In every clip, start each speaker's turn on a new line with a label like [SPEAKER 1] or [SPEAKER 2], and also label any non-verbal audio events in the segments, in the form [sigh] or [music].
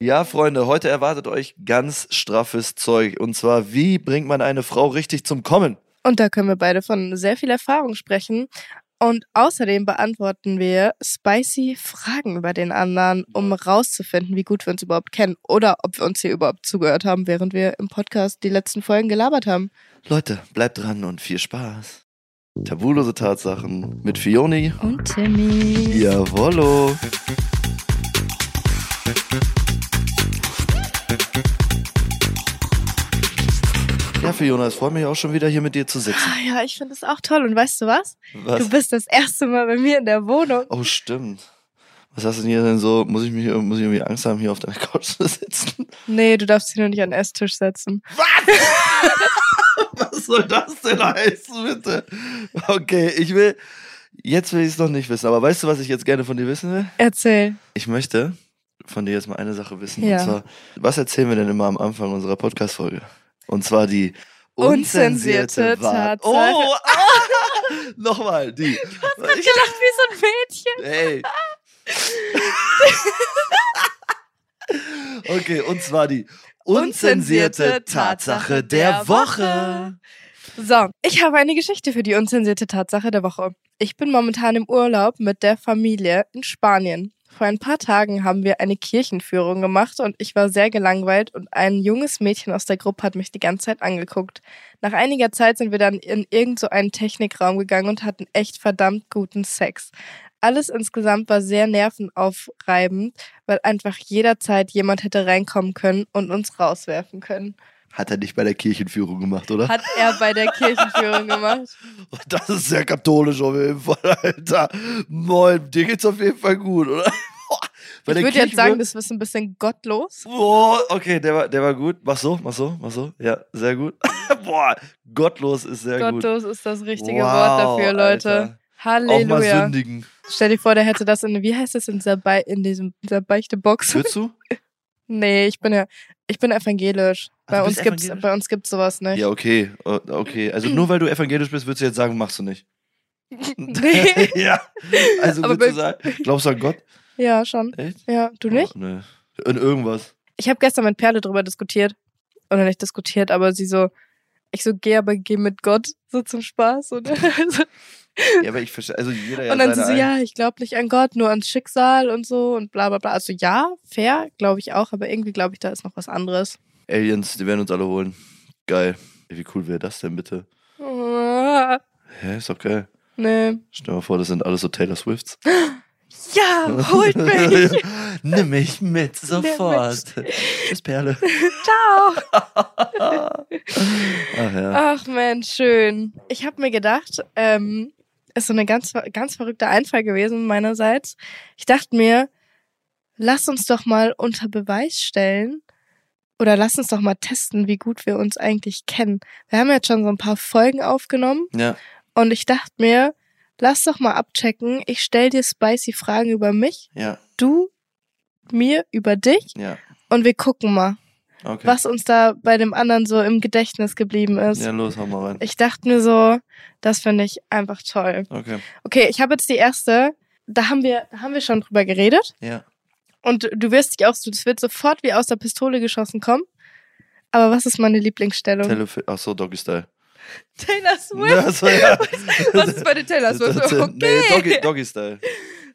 [SPEAKER 1] Ja, Freunde, heute erwartet euch ganz straffes Zeug. Und zwar, wie bringt man eine Frau richtig zum Kommen?
[SPEAKER 2] Und da können wir beide von sehr viel Erfahrung sprechen. Und außerdem beantworten wir spicy Fragen über den anderen, um rauszufinden, wie gut wir uns überhaupt kennen oder ob wir uns hier überhaupt zugehört haben, während wir im Podcast die letzten Folgen gelabert haben.
[SPEAKER 1] Leute, bleibt dran und viel Spaß. Tabulose Tatsachen mit Fioni.
[SPEAKER 2] Und Timmy.
[SPEAKER 1] Jawollo. Ja, Fiona, es freut mich auch schon wieder hier mit dir zu sitzen.
[SPEAKER 2] Ah Ja, ich finde es auch toll. Und weißt du was?
[SPEAKER 1] Was?
[SPEAKER 2] Du bist das erste Mal bei mir in der Wohnung.
[SPEAKER 1] Oh, stimmt. Was hast du denn hier denn so? Muss ich, mich, muss ich irgendwie Angst haben, hier auf deiner [laughs] Couch zu sitzen?
[SPEAKER 2] Nee, du darfst dich noch nicht an den Esstisch setzen.
[SPEAKER 1] Was soll das denn heißen, bitte? Okay, ich will. Jetzt will ich es noch nicht wissen, aber weißt du, was ich jetzt gerne von dir wissen will?
[SPEAKER 2] Erzähl.
[SPEAKER 1] Ich möchte von dir jetzt mal eine Sache wissen.
[SPEAKER 2] Ja.
[SPEAKER 1] Und zwar, was erzählen wir denn immer am Anfang unserer Podcast-Folge? Und zwar die
[SPEAKER 2] Unzensierte
[SPEAKER 1] unzensierte Wahrheit.
[SPEAKER 2] Tatsache.
[SPEAKER 1] Oh, ah, [laughs] nochmal, die.
[SPEAKER 2] Ich lacht wie so ein Mädchen.
[SPEAKER 1] Ey. [laughs] okay, und zwar die unzensierte Tatsache der Woche.
[SPEAKER 2] So, ich habe eine Geschichte für die unzensierte Tatsache der Woche. Ich bin momentan im Urlaub mit der Familie in Spanien. Vor ein paar Tagen haben wir eine Kirchenführung gemacht und ich war sehr gelangweilt und ein junges Mädchen aus der Gruppe hat mich die ganze Zeit angeguckt. Nach einiger Zeit sind wir dann in irgend so einen Technikraum gegangen und hatten echt verdammt guten Sex. Alles insgesamt war sehr nervenaufreibend, weil einfach jederzeit jemand hätte reinkommen können und uns rauswerfen können.
[SPEAKER 1] Hat er nicht bei der Kirchenführung gemacht, oder? Oh,
[SPEAKER 2] Hat er bei der Kirchenführung gemacht.
[SPEAKER 1] Das ist sehr katholisch auf jeden Fall, Alter. Moin, dir geht's auf jeden Fall gut, oder? [laughs] Bei
[SPEAKER 2] ich
[SPEAKER 1] der
[SPEAKER 2] würde jetzt sagen,
[SPEAKER 1] Kirchenführung-
[SPEAKER 2] das ist ein bisschen gottlos.
[SPEAKER 1] Oh, okay, der war, der war gut. Mach so, mach so, mach so. Ja, sehr gut. [laughs] Boah, gottlos ist sehr gut.
[SPEAKER 2] gottlos ist das richtige
[SPEAKER 1] Wow,
[SPEAKER 2] Wort dafür, Leute.
[SPEAKER 1] Alter. Auch mal
[SPEAKER 2] Halleluja.
[SPEAKER 1] sündigen.
[SPEAKER 2] Stell dir vor, der hätte das in, wie heißt das in dieser, Be in diesem, dieser Beichtebox?
[SPEAKER 1] Würdest
[SPEAKER 2] [laughs]
[SPEAKER 1] du?
[SPEAKER 2] nee, ich bin ja, ich bin evangelisch.
[SPEAKER 1] Ah,
[SPEAKER 2] Bei
[SPEAKER 1] du
[SPEAKER 2] uns
[SPEAKER 1] bist
[SPEAKER 2] gibt's,
[SPEAKER 1] evangelisch?
[SPEAKER 2] bei uns gibt's sowas nicht.
[SPEAKER 1] Ja, okay. o- Okay. Also nur weil du evangelisch bist, würdest du jetzt sagen, machst du nicht.
[SPEAKER 2] [laughs] Nee.
[SPEAKER 1] [laughs] ja. Also
[SPEAKER 2] Aber
[SPEAKER 1] würdest du
[SPEAKER 2] bei-
[SPEAKER 1] sagen, glaubst du an Gott?
[SPEAKER 2] ja, schon.
[SPEAKER 1] Echt?
[SPEAKER 2] Ja, du nicht?
[SPEAKER 1] Oh, nee. In irgendwas.
[SPEAKER 2] Ich habe gestern mit Perle drüber diskutiert. Oder nicht diskutiert, aber sie so, ich so, geh, aber geh mit Gott, so zum Spaß. Und, [laughs] und [laughs]
[SPEAKER 1] Ja, aber ich verstehe. Also jeder ja
[SPEAKER 2] dann sie
[SPEAKER 1] seine
[SPEAKER 2] so,
[SPEAKER 1] ein-
[SPEAKER 2] ja, ich glaube nicht an Gott, nur ans Schicksal und so und bla bla bla. Also ja, fair, glaube ich auch, aber irgendwie glaube ich, da ist noch was [laughs] anderes.
[SPEAKER 1] Aliens, die werden uns alle holen. Geil. Ey, Wie cool wäre das denn bitte?
[SPEAKER 2] Ah,
[SPEAKER 1] Hä, ist doch geil.
[SPEAKER 2] Nee.
[SPEAKER 1] Stell dir mal vor, das sind alles so Taylor Swifts.
[SPEAKER 2] Ja, [laughs]
[SPEAKER 1] [laughs]
[SPEAKER 2] holt mich.
[SPEAKER 1] Nimm mich mit, sofort. Tschüss, Perle.
[SPEAKER 2] [laughs]
[SPEAKER 1] [laughs]
[SPEAKER 2] Ciao.
[SPEAKER 1] Ach ja.
[SPEAKER 2] Ach Mensch, schön. Ich habe mir gedacht, ähm, ist so eine ganz, ganz verrückter Einfall gewesen meinerseits. Ich dachte mir, lass uns doch mal unter Beweis stellen oder lass uns doch mal testen, wie gut wir uns eigentlich kennen. Wir haben jetzt schon so ein paar Folgen aufgenommen
[SPEAKER 1] Ja,
[SPEAKER 2] und ich dachte mir, lass doch mal abchecken. Ich stell dir spicy Fragen über mich,
[SPEAKER 1] ja,
[SPEAKER 2] du mir über dich
[SPEAKER 1] ja.
[SPEAKER 2] und wir gucken mal,
[SPEAKER 1] Okay.
[SPEAKER 2] was uns da bei dem anderen so im Gedächtnis geblieben ist.
[SPEAKER 1] Ja, los, hau mal rein.
[SPEAKER 2] Ich dachte mir so, das finde ich einfach toll.
[SPEAKER 1] Okay.
[SPEAKER 2] Okay, ich habe jetzt die erste. Da haben wir, haben wir schon drüber geredet.
[SPEAKER 1] Ja.
[SPEAKER 2] Und du wirst dich auch, so- das wird sofort wie aus der Pistole geschossen kommen. Aber was ist meine Lieblingsstellung?
[SPEAKER 1] Telefi Achso, Doggy Style. [laughs]
[SPEAKER 2] Taylor
[SPEAKER 1] Ja, so, ja.
[SPEAKER 2] Was ist meine Taylor Swift?
[SPEAKER 1] [laughs] Nee, Doggy,
[SPEAKER 2] Okay.
[SPEAKER 1] Doggy Style.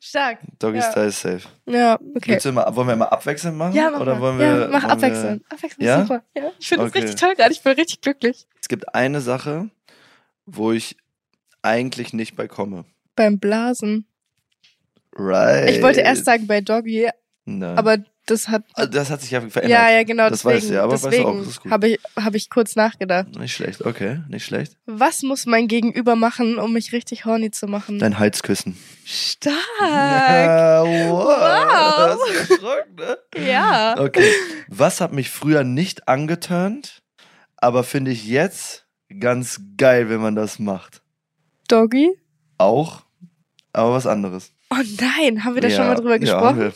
[SPEAKER 2] Stark.
[SPEAKER 1] Doggy
[SPEAKER 2] Ja.
[SPEAKER 1] Style ist safe.
[SPEAKER 2] Ja, okay.
[SPEAKER 1] Willst du mal, wollen wir mal abwechselnd machen?
[SPEAKER 2] Ja, mach
[SPEAKER 1] Oder
[SPEAKER 2] mal.
[SPEAKER 1] wollen wir.
[SPEAKER 2] ja, mach
[SPEAKER 1] wollen
[SPEAKER 2] abwechseln. Abwechseln ist
[SPEAKER 1] Ja?
[SPEAKER 2] super. Ja, ich finde es
[SPEAKER 1] Okay.
[SPEAKER 2] richtig toll gerade. Ich bin richtig glücklich.
[SPEAKER 1] Wir, es gibt eine Sache, wo ich eigentlich nicht bei komme.
[SPEAKER 2] Beim Blasen.
[SPEAKER 1] Right.
[SPEAKER 2] Ich wollte erst sagen bei Doggy,
[SPEAKER 1] Nein.
[SPEAKER 2] aber das hat.
[SPEAKER 1] Also das hat sich ja verändert.
[SPEAKER 2] Ja, ja, genau.
[SPEAKER 1] Das
[SPEAKER 2] deswegen,
[SPEAKER 1] weißt du ja, aber weißt du auch,
[SPEAKER 2] deswegen
[SPEAKER 1] das ist gut.
[SPEAKER 2] Habe ich, hab ich kurz nachgedacht.
[SPEAKER 1] Nicht schlecht, okay, nicht schlecht.
[SPEAKER 2] Was muss mein Gegenüber machen, um mich richtig horny zu machen?
[SPEAKER 1] Dein Hals küssen.
[SPEAKER 2] Stark!
[SPEAKER 1] Ja, [laughs] wow.
[SPEAKER 2] Wow.
[SPEAKER 1] Das ist verrückt, ne?
[SPEAKER 2] Ja.
[SPEAKER 1] Okay. Was hat mich früher nicht angeturnt, aber finde ich jetzt ganz geil, wenn man das macht?
[SPEAKER 2] Doggy?
[SPEAKER 1] Auch, aber was anderes.
[SPEAKER 2] Oh nein, haben wir da schon mal drüber
[SPEAKER 1] Ja, haben
[SPEAKER 2] gesprochen?
[SPEAKER 1] wir.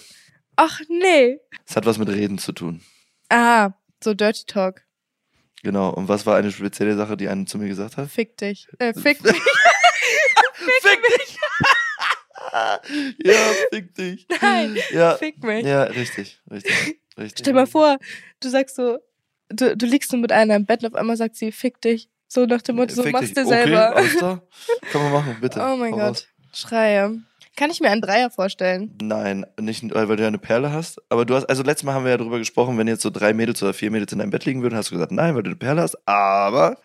[SPEAKER 2] Ach nee.
[SPEAKER 1] Es hat was mit Reden zu tun.
[SPEAKER 2] Ah, so Dirty Talk.
[SPEAKER 1] Genau. Und was war eine spezielle Sache, die einen zu mir gesagt
[SPEAKER 2] [laughs]
[SPEAKER 1] hat?
[SPEAKER 2] Fick dich. Äh,
[SPEAKER 1] [laughs]
[SPEAKER 2] fick mich. [laughs]
[SPEAKER 1] Fick dich! ja, fick dich.
[SPEAKER 2] Nein.
[SPEAKER 1] Ja,
[SPEAKER 2] Fick mich. [laughs]
[SPEAKER 1] ja richtig, richtig. Richtig.
[SPEAKER 2] Stell mal vor, du sagst so, du, du liegst so mit einer im Bett und auf einmal sagt sie, fick dich. So nach dem Motto, so
[SPEAKER 1] Äh, Fick
[SPEAKER 2] machst
[SPEAKER 1] dich.
[SPEAKER 2] dir
[SPEAKER 1] okay, oh
[SPEAKER 2] selber.
[SPEAKER 1] Alles klar. Kann man machen, bitte.
[SPEAKER 2] [laughs] oh mein
[SPEAKER 1] Hau
[SPEAKER 2] Gott.
[SPEAKER 1] raus.
[SPEAKER 2] Schreie. Kann ich mir einen Dreier vorstellen?
[SPEAKER 1] Nein, nicht, äh, weil du ja eine Perle hast. Aber du hast, also letztes Mal haben wir ja drüber gesprochen, wenn jetzt so drei Mädels oder vier Mädels in deinem Bett liegen würden, hast du gesagt, nein, weil du eine Perle hast. Aber,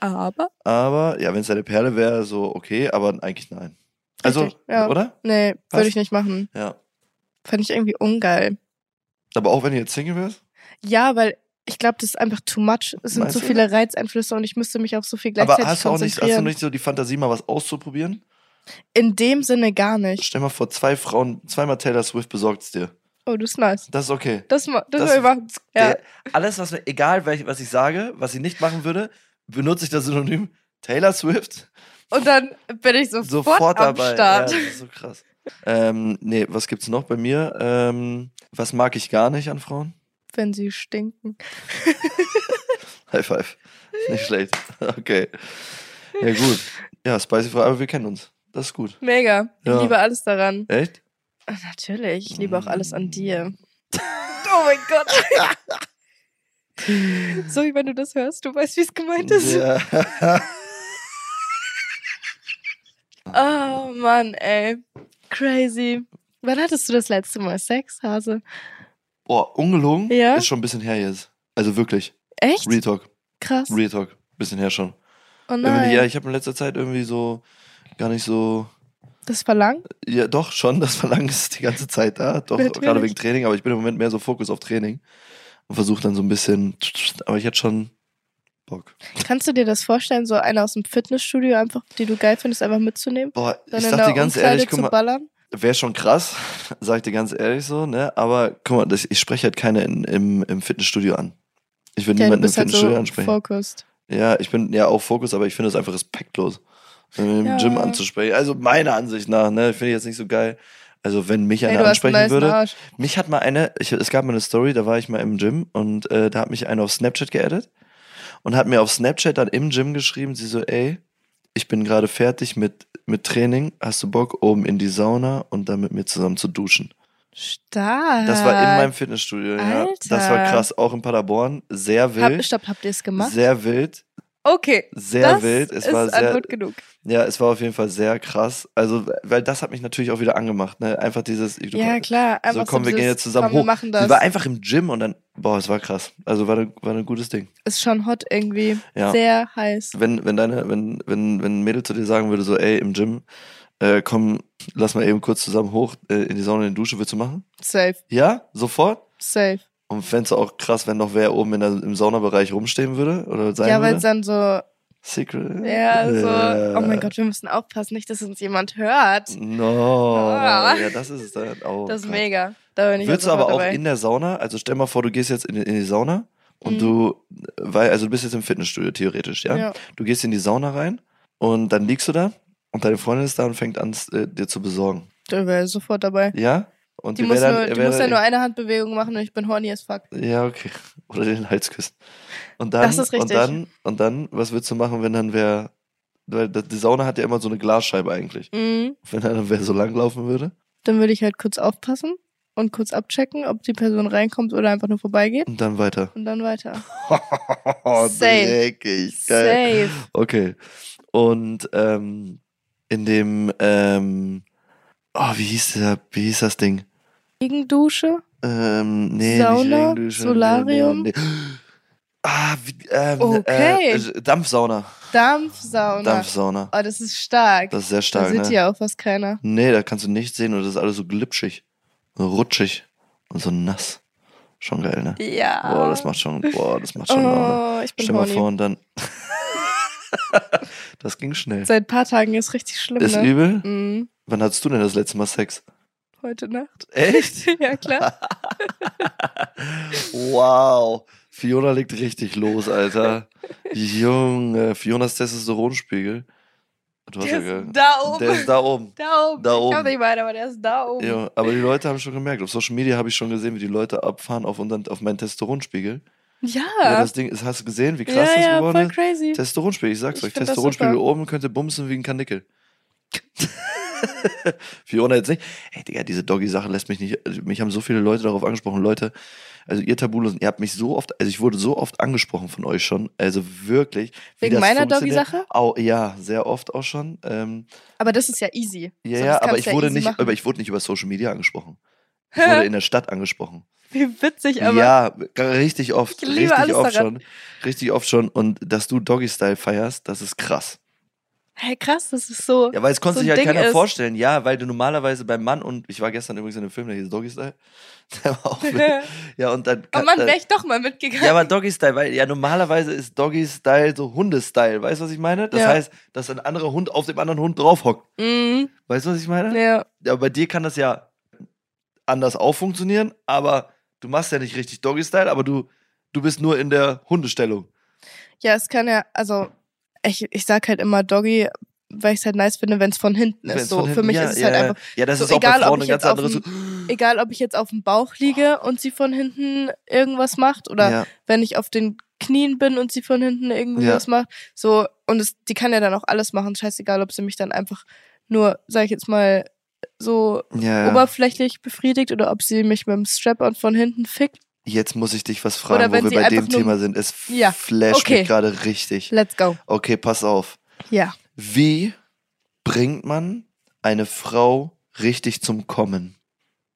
[SPEAKER 2] Aber?
[SPEAKER 1] aber, ja, wenn es deine Perle wäre, so okay, aber eigentlich nein. Also,
[SPEAKER 2] Richtig, ja.
[SPEAKER 1] oder?
[SPEAKER 2] Nee,
[SPEAKER 1] Was?
[SPEAKER 2] würde ich nicht machen.
[SPEAKER 1] Ja.
[SPEAKER 2] Fand ich irgendwie ungeil.
[SPEAKER 1] Aber auch wenn du jetzt Single wärst?
[SPEAKER 2] Ja, weil ich glaube, das ist einfach too much. Es sind
[SPEAKER 1] Meinst
[SPEAKER 2] so
[SPEAKER 1] du?
[SPEAKER 2] viele Reizeinflüsse und ich müsste mich auf so viel
[SPEAKER 1] Aber
[SPEAKER 2] gleichzeitig
[SPEAKER 1] hast du auch nicht, hast du
[SPEAKER 2] konzentrieren.
[SPEAKER 1] nicht so die Fantasie, mal was auszuprobieren?
[SPEAKER 2] In dem Sinne gar nicht.
[SPEAKER 1] Stell mal vor, zwei Frauen, zweimal Taylor Swift besorgt es dir.
[SPEAKER 2] Oh, das ist nice.
[SPEAKER 1] Das ist okay.
[SPEAKER 2] Das, ma- das,
[SPEAKER 1] Das-
[SPEAKER 2] das machen. Ja.
[SPEAKER 1] Der, alles, was mir, egal welch- was ich sage, was ich nicht machen würde, benutze ich das Synonym Taylor Swift.
[SPEAKER 2] Und dann bin ich sofort,
[SPEAKER 1] Sofort
[SPEAKER 2] am
[SPEAKER 1] dabei.
[SPEAKER 2] Start.
[SPEAKER 1] Ja, das ist so krass. ähm, nee, was gibt's noch bei mir? Ähm, was mag ich gar nicht an Frauen?
[SPEAKER 2] Wenn sie stinken.
[SPEAKER 1] High five. Nicht schlecht. [laughs] Okay. Ja, gut. Ja, spicy Frage, aber wir kennen uns. Das ist gut.
[SPEAKER 2] Mega. Ich
[SPEAKER 1] Ja.
[SPEAKER 2] liebe alles daran.
[SPEAKER 1] Echt?
[SPEAKER 2] Ach, Natürlich. Ich liebe auch alles an
[SPEAKER 1] Mm.
[SPEAKER 2] dir. [laughs] Oh mein
[SPEAKER 1] [laughs]
[SPEAKER 2] Gott. Sorry, wenn du das hörst. Du weißt, wie es gemeint ist.
[SPEAKER 1] Ja.
[SPEAKER 2] Oh Mann, ey. Crazy. Wann hattest du das letzte Mal Sex, Hase?
[SPEAKER 1] Boah, ungelogen?
[SPEAKER 2] Ja?
[SPEAKER 1] Ist schon ein bisschen her jetzt. Also wirklich.
[SPEAKER 2] Echt?
[SPEAKER 1] Real Talk.
[SPEAKER 2] Krass.
[SPEAKER 1] Real Talk. Bisschen her schon.
[SPEAKER 2] Oh
[SPEAKER 1] Irgendwie,
[SPEAKER 2] nein.
[SPEAKER 1] äh, Ja, ich habe in letzter Zeit irgendwie so gar nicht so
[SPEAKER 2] Das Verlangen?
[SPEAKER 1] Ja, doch, schon. [laughs] Das Verlangen ist die ganze Zeit da. Doch,
[SPEAKER 2] Natürlich.
[SPEAKER 1] gerade wegen Training, aber ich bin im Moment mehr so Fokus auf Training und versuche dann so ein bisschen. Aber ich hätte schon Bock.
[SPEAKER 2] Kannst du dir das vorstellen, so eine aus dem Fitnessstudio einfach, die du geil findest, einfach mitzunehmen?
[SPEAKER 1] Boah,
[SPEAKER 2] Dann
[SPEAKER 1] ich
[SPEAKER 2] in
[SPEAKER 1] sag
[SPEAKER 2] der
[SPEAKER 1] dir ganz
[SPEAKER 2] Umkleide
[SPEAKER 1] ehrlich, guck
[SPEAKER 2] zu
[SPEAKER 1] mal,
[SPEAKER 2] ballern?
[SPEAKER 1] wäre schon krass, [laughs] sag ich dir ganz ehrlich so, ne? Aber guck mal, das, ich spreche halt keine in, im, im Fitnessstudio an. Ich will
[SPEAKER 2] Ja, du
[SPEAKER 1] niemanden im
[SPEAKER 2] bist halt
[SPEAKER 1] Fitnessstudio
[SPEAKER 2] so
[SPEAKER 1] ansprechen.
[SPEAKER 2] focused.
[SPEAKER 1] Ja, ich bin ja auch Fokus, aber ich finde es einfach respektlos, im
[SPEAKER 2] Ja.
[SPEAKER 1] Gym anzusprechen. Also meiner Ansicht nach, ne? Finde ich jetzt nicht so geil. Also wenn mich
[SPEAKER 2] Ey,
[SPEAKER 1] einer
[SPEAKER 2] du hast einen
[SPEAKER 1] ansprechen
[SPEAKER 2] nice
[SPEAKER 1] würde.
[SPEAKER 2] Arsch.
[SPEAKER 1] Mich hat mal eine, ich, es gab mal eine Story, da war ich mal im Gym und äh, da hat mich eine auf Snapchat geaddet und hat mir auf Snapchat dann im Gym geschrieben, sie so, ey, ich bin gerade fertig mit, mit Training, hast du Bock, oben in die Sauna und dann mit mir zusammen zu duschen.
[SPEAKER 2] Stark.
[SPEAKER 1] Das war in meinem Fitnessstudio, ja.
[SPEAKER 2] Äh, Alter.
[SPEAKER 1] Das war krass, auch in Paderborn, sehr
[SPEAKER 2] Hab,
[SPEAKER 1] wild,
[SPEAKER 2] stopp, habt ihr es gemacht?
[SPEAKER 1] sehr wild,
[SPEAKER 2] okay.
[SPEAKER 1] sehr
[SPEAKER 2] das
[SPEAKER 1] wild. Es
[SPEAKER 2] ist
[SPEAKER 1] war sehr,
[SPEAKER 2] Antwort genug.
[SPEAKER 1] ja, es war auf jeden Fall sehr krass. Also, weil das hat mich natürlich auch wieder angemacht, ne, einfach dieses, du,
[SPEAKER 2] Ja, klar. Einfach
[SPEAKER 1] komm, wir gehen
[SPEAKER 2] dieses,
[SPEAKER 1] jetzt zusammen
[SPEAKER 2] komm, wir
[SPEAKER 1] hoch.
[SPEAKER 2] machen
[SPEAKER 1] Sie war
[SPEAKER 2] das.
[SPEAKER 1] einfach im Gym und dann, boah, es war krass. Also war, war ein gutes Ding.
[SPEAKER 2] Ist schon hot irgendwie.
[SPEAKER 1] Ja.
[SPEAKER 2] Sehr heiß.
[SPEAKER 1] Wenn, wenn deine, wenn, wenn, wenn ein Mädel zu dir sagen würde, so, ey, im Gym, äh, komm, lass mal eben kurz zusammen hoch äh, in die Sauna in die Dusche, würdest du machen?
[SPEAKER 2] Safe.
[SPEAKER 1] Ja, sofort.
[SPEAKER 2] Safe.
[SPEAKER 1] Und fändest du auch krass, wenn noch wer oben in der, im Saunabereich rumstehen würde? Oder sein
[SPEAKER 2] ja, weil es
[SPEAKER 1] würde?
[SPEAKER 2] dann so,
[SPEAKER 1] Secret.
[SPEAKER 2] ja, so,
[SPEAKER 1] Äh,
[SPEAKER 2] oh mein Gott, wir müssen aufpassen, nicht, dass uns jemand hört.
[SPEAKER 1] No.
[SPEAKER 2] Ah.
[SPEAKER 1] Ja, das ist es dann auch.
[SPEAKER 2] Das ist
[SPEAKER 1] Oh Gott.
[SPEAKER 2] mega. Da bin ich
[SPEAKER 1] Würdest du
[SPEAKER 2] ja
[SPEAKER 1] aber
[SPEAKER 2] sofort
[SPEAKER 1] auch
[SPEAKER 2] dabei.
[SPEAKER 1] in der Sauna, also stell mal vor, du gehst jetzt in, in die Sauna und
[SPEAKER 2] Mhm.
[SPEAKER 1] du, weil, also du bist jetzt im Fitnessstudio theoretisch, ja?
[SPEAKER 2] Ja.
[SPEAKER 1] Du gehst in die Sauna rein und dann liegst du da und deine Freundin ist da und fängt an, es, äh, dir zu besorgen.
[SPEAKER 2] Da wäre ich sofort dabei.
[SPEAKER 1] Ja? Und
[SPEAKER 2] Die,
[SPEAKER 1] die
[SPEAKER 2] muss,
[SPEAKER 1] wär dann,
[SPEAKER 2] nur,
[SPEAKER 1] er
[SPEAKER 2] die
[SPEAKER 1] wär
[SPEAKER 2] muss ja
[SPEAKER 1] dann-
[SPEAKER 2] nur eine Handbewegung machen und ich bin horny as fuck.
[SPEAKER 1] Ja, okay. [laughs] Oder den Hals küssen. Und dann,
[SPEAKER 2] Das ist richtig.
[SPEAKER 1] Und dann, und dann, was würdest du machen, wenn dann wer, weil das- die Sauna hat ja immer so eine Glasscheibe eigentlich.
[SPEAKER 2] Mhm.
[SPEAKER 1] Wenn dann wer so langlaufen würde
[SPEAKER 2] Dann würde ich halt kurz aufpassen und kurz abchecken, ob die Person reinkommt oder einfach nur vorbeigeht.
[SPEAKER 1] und dann weiter. [laughs]
[SPEAKER 2] Und dann weiter.
[SPEAKER 1] Oh,
[SPEAKER 2] Safe.
[SPEAKER 1] dreckig. Geil.
[SPEAKER 2] Safe.
[SPEAKER 1] Okay. Und ähm, in dem, ähm, oh, wie hieß der, wie hieß das Ding?
[SPEAKER 2] Gegendusche.
[SPEAKER 1] Ähm, nee, nicht
[SPEAKER 2] Sauna?
[SPEAKER 1] Regendusche,
[SPEAKER 2] Solarium?
[SPEAKER 1] Nee, nee, nee. Ah, wie, ähm,
[SPEAKER 2] Okay.
[SPEAKER 1] äh, Dampfsauna.
[SPEAKER 2] Dampfsauna.
[SPEAKER 1] Dampfsauna.
[SPEAKER 2] Oh, das ist stark.
[SPEAKER 1] Das ist sehr stark,
[SPEAKER 2] da sieht
[SPEAKER 1] ne?
[SPEAKER 2] ja auch fast keiner.
[SPEAKER 1] Nee, da kannst du nichts sehen und das ist alles so glitschig, so rutschig und so nass. Schon geil, ne?
[SPEAKER 2] Ja.
[SPEAKER 1] Boah, das macht schon, boah, das macht schon Laune.
[SPEAKER 2] Oh, ich bin
[SPEAKER 1] Stell mal
[SPEAKER 2] horny.
[SPEAKER 1] vor und dann. [laughs] das ging schnell.
[SPEAKER 2] Seit ein paar Tagen ist richtig schlimm,
[SPEAKER 1] Ist
[SPEAKER 2] ne?
[SPEAKER 1] übel.
[SPEAKER 2] Mhm.
[SPEAKER 1] Wann hattest du denn das letzte Mal Sex?
[SPEAKER 2] Heute Nacht. [laughs]
[SPEAKER 1] Echt?
[SPEAKER 2] ja,
[SPEAKER 1] [laughs]
[SPEAKER 2] klar.
[SPEAKER 1] Wow. Fiona legt richtig los, Alter. Junge, Fionas Testosteronspiegel. Du hast ja ge-
[SPEAKER 2] Der ist da oben.
[SPEAKER 1] Der ist da oben.
[SPEAKER 2] da oben.
[SPEAKER 1] da
[SPEAKER 2] Ich
[SPEAKER 1] oben.
[SPEAKER 2] hab nicht weiter, aber der ist da oben.
[SPEAKER 1] Ja, aber die Leute haben schon gemerkt. Auf Social Media habe ich schon gesehen, wie die Leute abfahren auf, unseren, auf meinen Testosteronspiegel.
[SPEAKER 2] Ja.
[SPEAKER 1] Ja, das Ding ist, hast du gesehen, wie
[SPEAKER 2] ja,
[SPEAKER 1] krass das
[SPEAKER 2] ja,
[SPEAKER 1] geworden
[SPEAKER 2] voll
[SPEAKER 1] ist?
[SPEAKER 2] crazy.
[SPEAKER 1] Testosteronspiegel, ich sag's
[SPEAKER 2] Ich
[SPEAKER 1] euch.
[SPEAKER 2] find das
[SPEAKER 1] Testosteronspiegel
[SPEAKER 2] super.
[SPEAKER 1] oben könnte bumsen wie ein Kanickel. [laughs] Fiona jetzt nicht. Ey, Digga, diese Doggy-Sache lässt mich nicht. also Mich haben so viele Leute darauf angesprochen. Leute, also ihr Tabulosen, ihr habt mich so oft, also ich wurde so oft angesprochen von euch schon. Also wirklich. wie
[SPEAKER 2] Wegen
[SPEAKER 1] das
[SPEAKER 2] meiner
[SPEAKER 1] funktioniert.
[SPEAKER 2] Doggy-Sache?
[SPEAKER 1] Au, ja, sehr oft auch schon. Ähm,
[SPEAKER 2] Aber das ist ja easy. [laughs]
[SPEAKER 1] ja,
[SPEAKER 2] So,
[SPEAKER 1] ja,
[SPEAKER 2] das
[SPEAKER 1] aber
[SPEAKER 2] kannst
[SPEAKER 1] ich
[SPEAKER 2] du ja
[SPEAKER 1] wurde
[SPEAKER 2] easy
[SPEAKER 1] nicht,
[SPEAKER 2] machen.
[SPEAKER 1] aber ich wurde nicht über Social Media angesprochen. Ich wurde in der Stadt
[SPEAKER 2] [laughs]
[SPEAKER 1] angesprochen.
[SPEAKER 2] Wie witzig, aber.
[SPEAKER 1] ja, g- richtig oft.
[SPEAKER 2] Ich liebe
[SPEAKER 1] richtig
[SPEAKER 2] alles
[SPEAKER 1] oft
[SPEAKER 2] daran.
[SPEAKER 1] schon. Richtig oft schon. Und dass du Doggy-Style feierst, das ist krass.
[SPEAKER 2] Hey, krass, das ist so.
[SPEAKER 1] Ja, weil es konnte
[SPEAKER 2] so ein
[SPEAKER 1] sich halt
[SPEAKER 2] Ding
[SPEAKER 1] keiner
[SPEAKER 2] ist.
[SPEAKER 1] vorstellen. Ja, weil du normalerweise beim Mann und ich war gestern übrigens in einem Film, der hieß Doggy Style. [laughs] Der war auch
[SPEAKER 2] [laughs]
[SPEAKER 1] wild. ja, und dann.
[SPEAKER 2] oh Mann,
[SPEAKER 1] dann-
[SPEAKER 2] wäre ich doch mal
[SPEAKER 1] ja,
[SPEAKER 2] mitgegangen.
[SPEAKER 1] aber Doggy Style, weil ja normalerweise ist Doggy Style so Hundestyle. Weißt du, was ich meine? Das
[SPEAKER 2] Ja.
[SPEAKER 1] heißt, dass ein anderer Hund auf dem anderen Hund draufhockt.
[SPEAKER 2] Mhm.
[SPEAKER 1] Weißt du, was ich meine?
[SPEAKER 2] ja.
[SPEAKER 1] Ja, bei dir kann das ja anders auch funktionieren, aber du machst ja nicht richtig Doggy Style, aber du, du bist nur in der Hundestellung.
[SPEAKER 2] ja, es kann ja, also ich, ich sag halt immer Doggy, weil ich es halt nice finde, wenn es von hinten
[SPEAKER 1] Wenn's
[SPEAKER 2] ist. So,
[SPEAKER 1] von
[SPEAKER 2] für
[SPEAKER 1] hinten-
[SPEAKER 2] mich
[SPEAKER 1] ja,
[SPEAKER 2] ist es
[SPEAKER 1] ja,
[SPEAKER 2] halt
[SPEAKER 1] ja.
[SPEAKER 2] einfach
[SPEAKER 1] Ja, das
[SPEAKER 2] so
[SPEAKER 1] ist auch
[SPEAKER 2] egal,
[SPEAKER 1] bei
[SPEAKER 2] ob
[SPEAKER 1] Frauen
[SPEAKER 2] ich
[SPEAKER 1] ein
[SPEAKER 2] jetzt
[SPEAKER 1] ganz
[SPEAKER 2] auf
[SPEAKER 1] anderes.
[SPEAKER 2] egal ob ich jetzt auf dem Bauch liege und sie von hinten irgendwas macht oder
[SPEAKER 1] ja,
[SPEAKER 2] wenn ich auf den Knien bin und sie von hinten irgendwie
[SPEAKER 1] Ja.
[SPEAKER 2] was macht. So, und es, die kann ja dann auch alles machen. Scheißegal, ob sie mich dann einfach nur, sag ich jetzt mal, so
[SPEAKER 1] ja, ja.
[SPEAKER 2] oberflächlich befriedigt oder ob sie mich mit dem Strap-on von hinten fickt.
[SPEAKER 1] Jetzt muss ich dich was fragen,
[SPEAKER 2] Oder wenn
[SPEAKER 1] wo
[SPEAKER 2] sie
[SPEAKER 1] wir bei
[SPEAKER 2] einfach
[SPEAKER 1] dem
[SPEAKER 2] nur-
[SPEAKER 1] Thema sind. Es
[SPEAKER 2] Ja,
[SPEAKER 1] flasht
[SPEAKER 2] okay.
[SPEAKER 1] mich gerade richtig.
[SPEAKER 2] Let's go.
[SPEAKER 1] Okay, pass auf.
[SPEAKER 2] Ja.
[SPEAKER 1] Wie bringt man eine Frau richtig zum Kommen?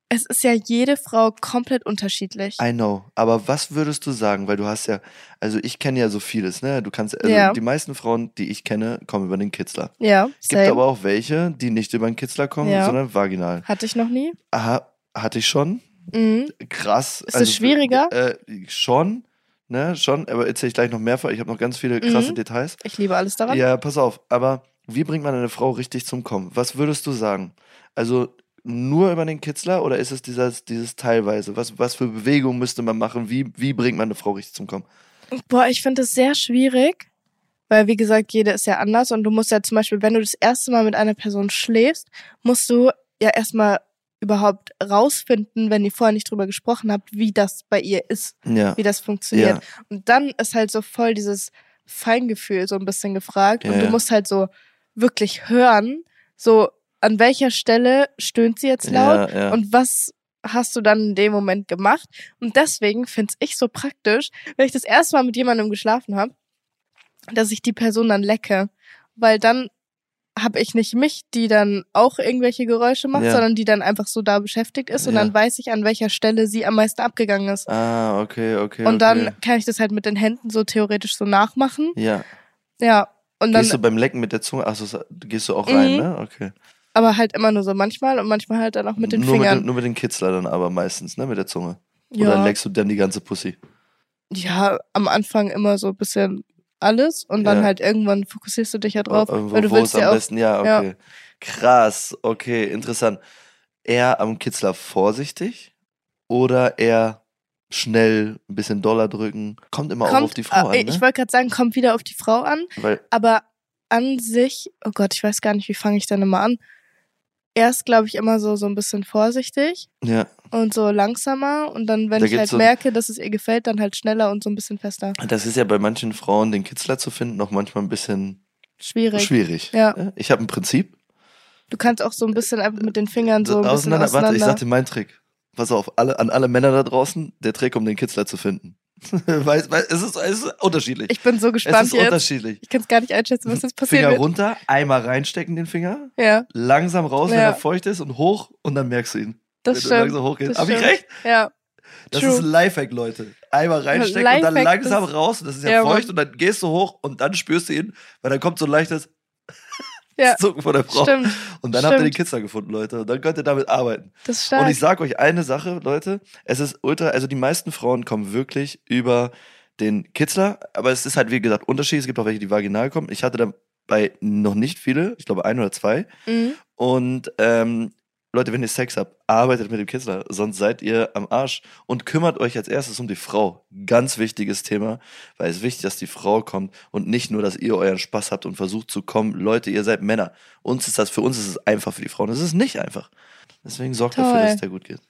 [SPEAKER 2] Es ist ja jede Frau komplett unterschiedlich.
[SPEAKER 1] I know. Aber was würdest du sagen? Weil du hast ja, also ich kenne ja so vieles, ne? Du kannst, also
[SPEAKER 2] Ja.
[SPEAKER 1] die meisten Frauen, die ich kenne, kommen über den Kitzler.
[SPEAKER 2] Ja,
[SPEAKER 1] Gibt
[SPEAKER 2] same.
[SPEAKER 1] aber auch welche, die nicht über den Kitzler kommen,
[SPEAKER 2] Ja.
[SPEAKER 1] sondern vaginal.
[SPEAKER 2] Hatte ich noch nie.
[SPEAKER 1] Aha, hatte ich schon.
[SPEAKER 2] Mhm.
[SPEAKER 1] krass.
[SPEAKER 2] Ist das schwieriger?
[SPEAKER 1] Äh, schon, ne, schon, aber erzähle ich gleich noch mehr vor. Ich habe noch ganz viele krasse
[SPEAKER 2] Mhm.
[SPEAKER 1] Details.
[SPEAKER 2] Ich liebe alles daran.
[SPEAKER 1] Ja, pass auf, aber wie bringt man eine Frau richtig zum Kommen? Was würdest du sagen? Also nur über den Kitzler oder ist es dieses, dieses teilweise? Was, was für Bewegungen müsste man machen? Wie, wie bringt man eine Frau richtig zum Kommen?
[SPEAKER 2] Boah, ich finde das sehr schwierig, weil wie gesagt, jede ist ja anders und du musst ja zum Beispiel, wenn du das erste Mal mit einer Person schläfst, musst du ja erstmal überhaupt rausfinden, wenn ihr vorher nicht drüber gesprochen habt, wie das bei ihr ist,
[SPEAKER 1] Ja.
[SPEAKER 2] wie das funktioniert. Und dann ist halt so voll dieses Feingefühl so ein bisschen gefragt
[SPEAKER 1] Ja,
[SPEAKER 2] und du
[SPEAKER 1] ja.
[SPEAKER 2] musst halt so wirklich hören, so an welcher Stelle stöhnt sie jetzt laut
[SPEAKER 1] ja, ja.
[SPEAKER 2] und was hast du dann in dem Moment gemacht? Und deswegen finde ich so praktisch, wenn ich das erste Mal mit jemandem geschlafen habe, dass ich die Person dann lecke. Weil dann habe ich nicht mich, die dann auch irgendwelche Geräusche macht,
[SPEAKER 1] Ja.
[SPEAKER 2] sondern die dann einfach so da beschäftigt ist und
[SPEAKER 1] Ja.
[SPEAKER 2] dann weiß ich, an welcher Stelle sie am meisten abgegangen ist.
[SPEAKER 1] ah, okay, okay.
[SPEAKER 2] und dann
[SPEAKER 1] Okay.
[SPEAKER 2] kann ich das halt mit den Händen so theoretisch so nachmachen.
[SPEAKER 1] Ja.
[SPEAKER 2] Ja. Und dann,
[SPEAKER 1] Gehst du beim Lecken mit der Zunge? Achso, gehst du auch rein,
[SPEAKER 2] Mhm.
[SPEAKER 1] ne? Okay.
[SPEAKER 2] aber halt immer nur so manchmal und manchmal halt dann auch mit den
[SPEAKER 1] nur Mit
[SPEAKER 2] Fingern.
[SPEAKER 1] dem, nur mit den Kitzler dann aber meistens, ne? Mit der Zunge. Oder
[SPEAKER 2] ja.
[SPEAKER 1] leckst du dann die ganze Pussy?
[SPEAKER 2] ja, am Anfang immer so ein bisschen alles und dann
[SPEAKER 1] Ja.
[SPEAKER 2] halt irgendwann fokussierst du dich ja drauf,
[SPEAKER 1] Wo,
[SPEAKER 2] weil du
[SPEAKER 1] Äh, wo
[SPEAKER 2] willst
[SPEAKER 1] ist
[SPEAKER 2] ja
[SPEAKER 1] am
[SPEAKER 2] auch.
[SPEAKER 1] besten? Ja,
[SPEAKER 2] ja.
[SPEAKER 1] okay. Krass, okay, interessant. Eher am Kitzler vorsichtig oder eher schnell ein bisschen Dollar drücken? Kommt immer auch auf die Frau
[SPEAKER 2] äh,
[SPEAKER 1] an,
[SPEAKER 2] Ich
[SPEAKER 1] ne?
[SPEAKER 2] wollte gerade sagen, kommt wieder auf die Frau an,
[SPEAKER 1] Weil,
[SPEAKER 2] aber an sich, oh Gott, ich weiß gar nicht, wie fange ich denn immer an. Erst glaube ich immer so so ein bisschen vorsichtig
[SPEAKER 1] ja,
[SPEAKER 2] und so langsamer und dann wenn
[SPEAKER 1] Da
[SPEAKER 2] ich
[SPEAKER 1] gibt's
[SPEAKER 2] halt
[SPEAKER 1] so-
[SPEAKER 2] merke, dass es ihr gefällt, dann halt schneller und so ein bisschen fester.
[SPEAKER 1] das ist ja bei manchen Frauen, den Kitzler zu finden, noch manchmal ein bisschen
[SPEAKER 2] Schwierig.
[SPEAKER 1] schwierig.
[SPEAKER 2] Ja.
[SPEAKER 1] ne? Ich habe ein Prinzip.
[SPEAKER 2] Du kannst auch so ein bisschen einfach mit den Fingern so ein bisschen auseinander.
[SPEAKER 1] Warte, ich sag dir meinen Trick. Pass auf, alle, an alle Männer da draußen, der Trick, um den Kitzler zu finden. [laughs] weiß, weiß, es, ist, es ist unterschiedlich.
[SPEAKER 2] ich bin so
[SPEAKER 1] es
[SPEAKER 2] gespannt
[SPEAKER 1] ist
[SPEAKER 2] jetzt.
[SPEAKER 1] unterschiedlich.
[SPEAKER 2] Ich kann es gar nicht einschätzen, was jetzt passiert
[SPEAKER 1] Finger
[SPEAKER 2] wird.
[SPEAKER 1] runter, einmal reinstecken den Finger,
[SPEAKER 2] Ja,
[SPEAKER 1] langsam raus, wenn
[SPEAKER 2] Ja.
[SPEAKER 1] er feucht ist und hoch und dann merkst du ihn.
[SPEAKER 2] das
[SPEAKER 1] wenn
[SPEAKER 2] stimmt.
[SPEAKER 1] du langsam hochgehst.
[SPEAKER 2] das
[SPEAKER 1] Hab ich
[SPEAKER 2] stimmt.
[SPEAKER 1] recht?
[SPEAKER 2] Ja,
[SPEAKER 1] Das
[SPEAKER 2] True.
[SPEAKER 1] ist ein Lifehack, Leute. Einmal reinstecken und dann
[SPEAKER 2] Lifehack
[SPEAKER 1] langsam
[SPEAKER 2] ist-
[SPEAKER 1] raus und das ist ja,
[SPEAKER 2] Ja,
[SPEAKER 1] feucht
[SPEAKER 2] Mann.
[SPEAKER 1] und dann gehst du hoch und dann spürst du ihn, weil dann kommt so ein leichtes
[SPEAKER 2] [laughs] Ja.
[SPEAKER 1] Zucken von der Frau.
[SPEAKER 2] stimmt.
[SPEAKER 1] Und dann habt ihr den
[SPEAKER 2] stimmt.
[SPEAKER 1] Kitzler gefunden, Leute. Und dann könnt ihr damit arbeiten.
[SPEAKER 2] Das ist stark.
[SPEAKER 1] Und ich sag euch eine Sache, Leute. Es ist ultra, also die meisten Frauen kommen wirklich über den Kitzler, aber es ist halt, wie gesagt, Unterschied. Es gibt auch welche, die vaginal kommen. Ich hatte dabei noch nicht viele, ich glaube ein oder zwei.
[SPEAKER 2] mhm.
[SPEAKER 1] Und ähm, Leute, wenn ihr Sex habt, arbeitet mit dem Kitzler, sonst seid ihr am Arsch und kümmert euch als erstes um die Frau. Ganz wichtiges Thema, weil es ist wichtig, dass die Frau kommt und nicht nur, dass ihr euren Spaß habt und versucht zu kommen. Leute, ihr seid Männer. Uns ist das, für uns ist es einfach, für die Frauen ist es nicht einfach. Deswegen sorgt dafür,
[SPEAKER 2] Toll.
[SPEAKER 1] dass es dir gut geht.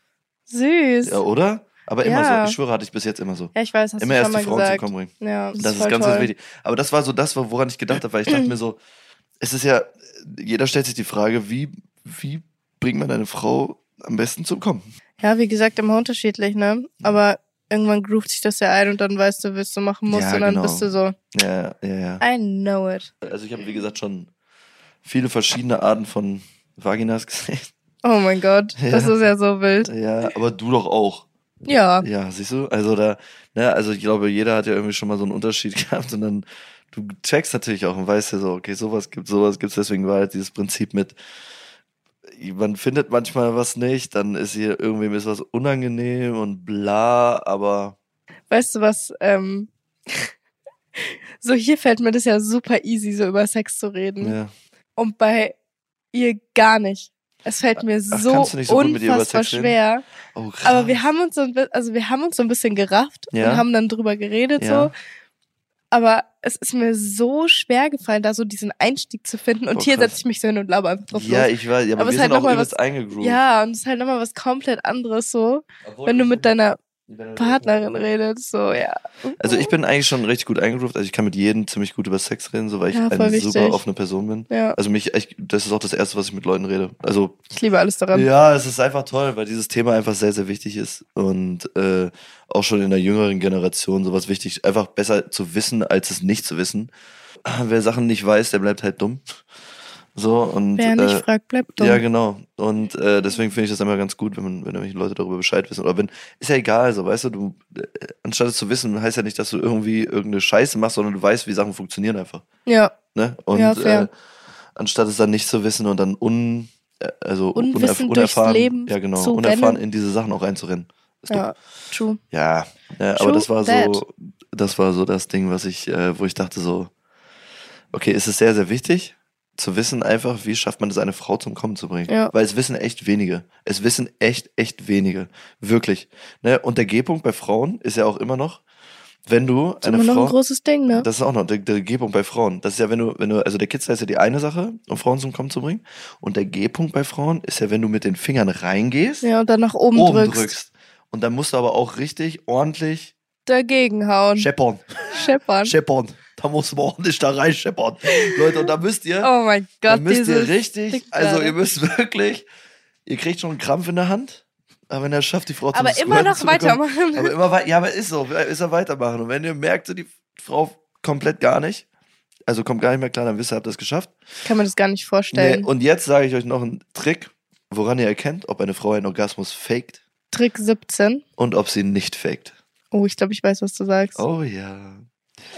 [SPEAKER 2] Süß.
[SPEAKER 1] Ja, oder? Aber immer
[SPEAKER 2] Ja.
[SPEAKER 1] so. Ich schwöre, hatte ich bis jetzt immer so.
[SPEAKER 2] Ja, ich weiß, hast
[SPEAKER 1] Immer
[SPEAKER 2] du
[SPEAKER 1] erst
[SPEAKER 2] schon
[SPEAKER 1] die
[SPEAKER 2] mal
[SPEAKER 1] Frauen
[SPEAKER 2] gesagt.
[SPEAKER 1] zu kommen bringen.
[SPEAKER 2] Ja, das,
[SPEAKER 1] Das
[SPEAKER 2] ist,
[SPEAKER 1] ist
[SPEAKER 2] voll
[SPEAKER 1] ganz,
[SPEAKER 2] toll.
[SPEAKER 1] ganz wichtig. Aber das war so das, woran ich gedacht habe, weil ich dachte mir so, es ist ja, jeder stellt sich die Frage, wie wie bringt man eine Frau am besten zum Kommen?
[SPEAKER 2] Ja, wie gesagt, immer unterschiedlich,
[SPEAKER 1] Mhm.
[SPEAKER 2] ne? Aber irgendwann groovt sich das ja ein und dann weißt du, was du machen musst
[SPEAKER 1] Ja,
[SPEAKER 2] und dann
[SPEAKER 1] genau.
[SPEAKER 2] bist du so,
[SPEAKER 1] Ja, ja, ja.
[SPEAKER 2] I know it.
[SPEAKER 1] Also ich habe, wie gesagt, schon viele verschiedene Arten von Vaginas gesehen.
[SPEAKER 2] Oh mein Gott,
[SPEAKER 1] [laughs] Ja.
[SPEAKER 2] das ist ja so wild.
[SPEAKER 1] Ja, aber du doch auch.
[SPEAKER 2] Ja,
[SPEAKER 1] Ja, siehst du? Also da, ne, also ich glaube, jeder hat ja irgendwie schon mal so einen Unterschied [laughs] gehabt und dann, du checkst natürlich auch und weißt ja so, okay, sowas gibt, sowas gibt's, deswegen war halt dieses Prinzip mit, man findet manchmal was nicht, dann ist hier irgendwem ist was unangenehm und bla, aber
[SPEAKER 2] weißt du was? Ähm, [laughs] so hier fällt mir das ja super easy, so über Sex zu reden.
[SPEAKER 1] ja.
[SPEAKER 2] Und bei ihr gar nicht. Es fällt mir
[SPEAKER 1] Ach,
[SPEAKER 2] so,
[SPEAKER 1] kannst du nicht so gut mit ihr über
[SPEAKER 2] unfassbar
[SPEAKER 1] Sex reden?
[SPEAKER 2] schwer.
[SPEAKER 1] Oh, krass.
[SPEAKER 2] Aber wir haben uns so ein, bi- also wir haben uns so ein bisschen gerafft
[SPEAKER 1] Ja.
[SPEAKER 2] und haben dann drüber geredet
[SPEAKER 1] Ja.
[SPEAKER 2] so. Aber es ist mir so schwer gefallen, da so diesen Einstieg zu finden. Und
[SPEAKER 1] Boah,
[SPEAKER 2] hier
[SPEAKER 1] Oh, krass.
[SPEAKER 2] setze ich mich so hin und laber einfach drauf
[SPEAKER 1] ja,
[SPEAKER 2] los.
[SPEAKER 1] ich weiß, ja, aber,
[SPEAKER 2] Aber
[SPEAKER 1] wir
[SPEAKER 2] es ist halt
[SPEAKER 1] sind auch
[SPEAKER 2] noch mal
[SPEAKER 1] übelst
[SPEAKER 2] was-
[SPEAKER 1] eingegroovt.
[SPEAKER 2] Ja, und es ist halt nochmal was komplett anderes so,
[SPEAKER 1] Obwohl
[SPEAKER 2] wenn du
[SPEAKER 1] ich-
[SPEAKER 2] mit deiner
[SPEAKER 1] wenn du-
[SPEAKER 2] Partnerin redest, so, ja.
[SPEAKER 1] Also ich bin eigentlich schon recht gut eingegroovt, also ich kann mit jedem ziemlich gut über Sex reden, so weil ich
[SPEAKER 2] Ja, voll
[SPEAKER 1] eine super
[SPEAKER 2] wichtig.
[SPEAKER 1] offene Person bin.
[SPEAKER 2] Uh, Ja,
[SPEAKER 1] Also mich, ich, das ist auch das Erste, was ich mit Leuten rede. Also
[SPEAKER 2] ich liebe alles daran.
[SPEAKER 1] Ja, es ist einfach toll, weil dieses Thema einfach sehr, sehr wichtig ist und äh, auch schon in der jüngeren Generation sowas wichtig, einfach besser zu wissen, als es nicht zu wissen. [clears throat] Wer Sachen nicht weiß, der bleibt halt dumm. So und
[SPEAKER 2] Wer nicht
[SPEAKER 1] äh,
[SPEAKER 2] fragt, bleibt dumm.
[SPEAKER 1] ja, genau. Und äh, deswegen finde ich das immer ganz gut, wenn, man- wenn nämlich Leute darüber Bescheid wissen. Oder wenn, ist ja egal, so weißt du, du, äh, anstatt es zu wissen, heißt ja nicht, dass du irgendwie irgendeine Scheiße machst, sondern du weißt, wie Sachen funktionieren einfach.
[SPEAKER 2] ja,
[SPEAKER 1] Ne? Und
[SPEAKER 2] Ja, fair.
[SPEAKER 1] äh, anstatt es dann nicht zu wissen und dann un, äh, also
[SPEAKER 2] Unwissend
[SPEAKER 1] unerf
[SPEAKER 2] durchs
[SPEAKER 1] unerfahren,
[SPEAKER 2] Leben
[SPEAKER 1] ja, genau,
[SPEAKER 2] zu
[SPEAKER 1] unerfahren
[SPEAKER 2] rennen.
[SPEAKER 1] in diese Sachen auch reinzurennen. Ist dumm.
[SPEAKER 2] ja, true.
[SPEAKER 1] ja. ja aber
[SPEAKER 2] True
[SPEAKER 1] das war
[SPEAKER 2] that.
[SPEAKER 1] so, das war so das Ding, was ich, äh, wo ich dachte so, okay, es ist sehr, sehr wichtig zu wissen einfach, wie schafft man es, eine Frau zum Kommen zu bringen.
[SPEAKER 2] Ja.
[SPEAKER 1] Weil es wissen echt wenige. Es wissen echt, echt wenige. Wirklich. Ne? Und der G-Punkt bei Frauen ist ja auch immer noch, wenn du
[SPEAKER 2] Ist
[SPEAKER 1] eine
[SPEAKER 2] immer noch
[SPEAKER 1] Frau...
[SPEAKER 2] ein großes Ding, ne?
[SPEAKER 1] Das ist auch noch der, der G-Punkt bei Frauen. Das ist ja, wenn du, wenn du, also der Kids ist ja die eine Sache, um Frauen zum Kommen zu bringen. Und der G-Punkt bei Frauen ist ja, wenn du mit den Fingern reingehst,
[SPEAKER 2] Ja, und dann nach oben,
[SPEAKER 1] oben drückst.
[SPEAKER 2] drückst.
[SPEAKER 1] Und dann musst du aber auch richtig ordentlich
[SPEAKER 2] Dagegen hauen.
[SPEAKER 1] scheppern.
[SPEAKER 2] Scheppern.
[SPEAKER 1] Scheppern. Da musst du mal ordentlich da reinscheppern. Leute, und da müsst ihr,
[SPEAKER 2] Oh mein
[SPEAKER 1] da
[SPEAKER 2] Gott,
[SPEAKER 1] müsst ihr
[SPEAKER 2] dieses
[SPEAKER 1] richtig,
[SPEAKER 2] Dick
[SPEAKER 1] also
[SPEAKER 2] gerade.
[SPEAKER 1] ihr müsst wirklich, ihr kriegt schon einen Krampf in der Hand, aber wenn er es schafft, die Frau zum
[SPEAKER 2] Aber immer
[SPEAKER 1] Squirten
[SPEAKER 2] noch
[SPEAKER 1] zu bekommen,
[SPEAKER 2] weitermachen.
[SPEAKER 1] aber immer weiter, ja, aber ist so, äh, ist er weitermachen. Und wenn ihr merkt, so die Frau komplett gar nicht, also kommt gar nicht mehr klar, dann wisst ihr, habt ihr es geschafft.
[SPEAKER 2] Kann man das gar nicht
[SPEAKER 1] Nee,
[SPEAKER 2] vorstellen.
[SPEAKER 1] und jetzt sage ich euch noch einen Trick, woran ihr erkennt, ob eine Frau einen Orgasmus faked
[SPEAKER 2] Trick 17.
[SPEAKER 1] und ob sie ihn nicht faked.
[SPEAKER 2] Oh, ich glaube, ich weiß, was du sagst.
[SPEAKER 1] Oh ja.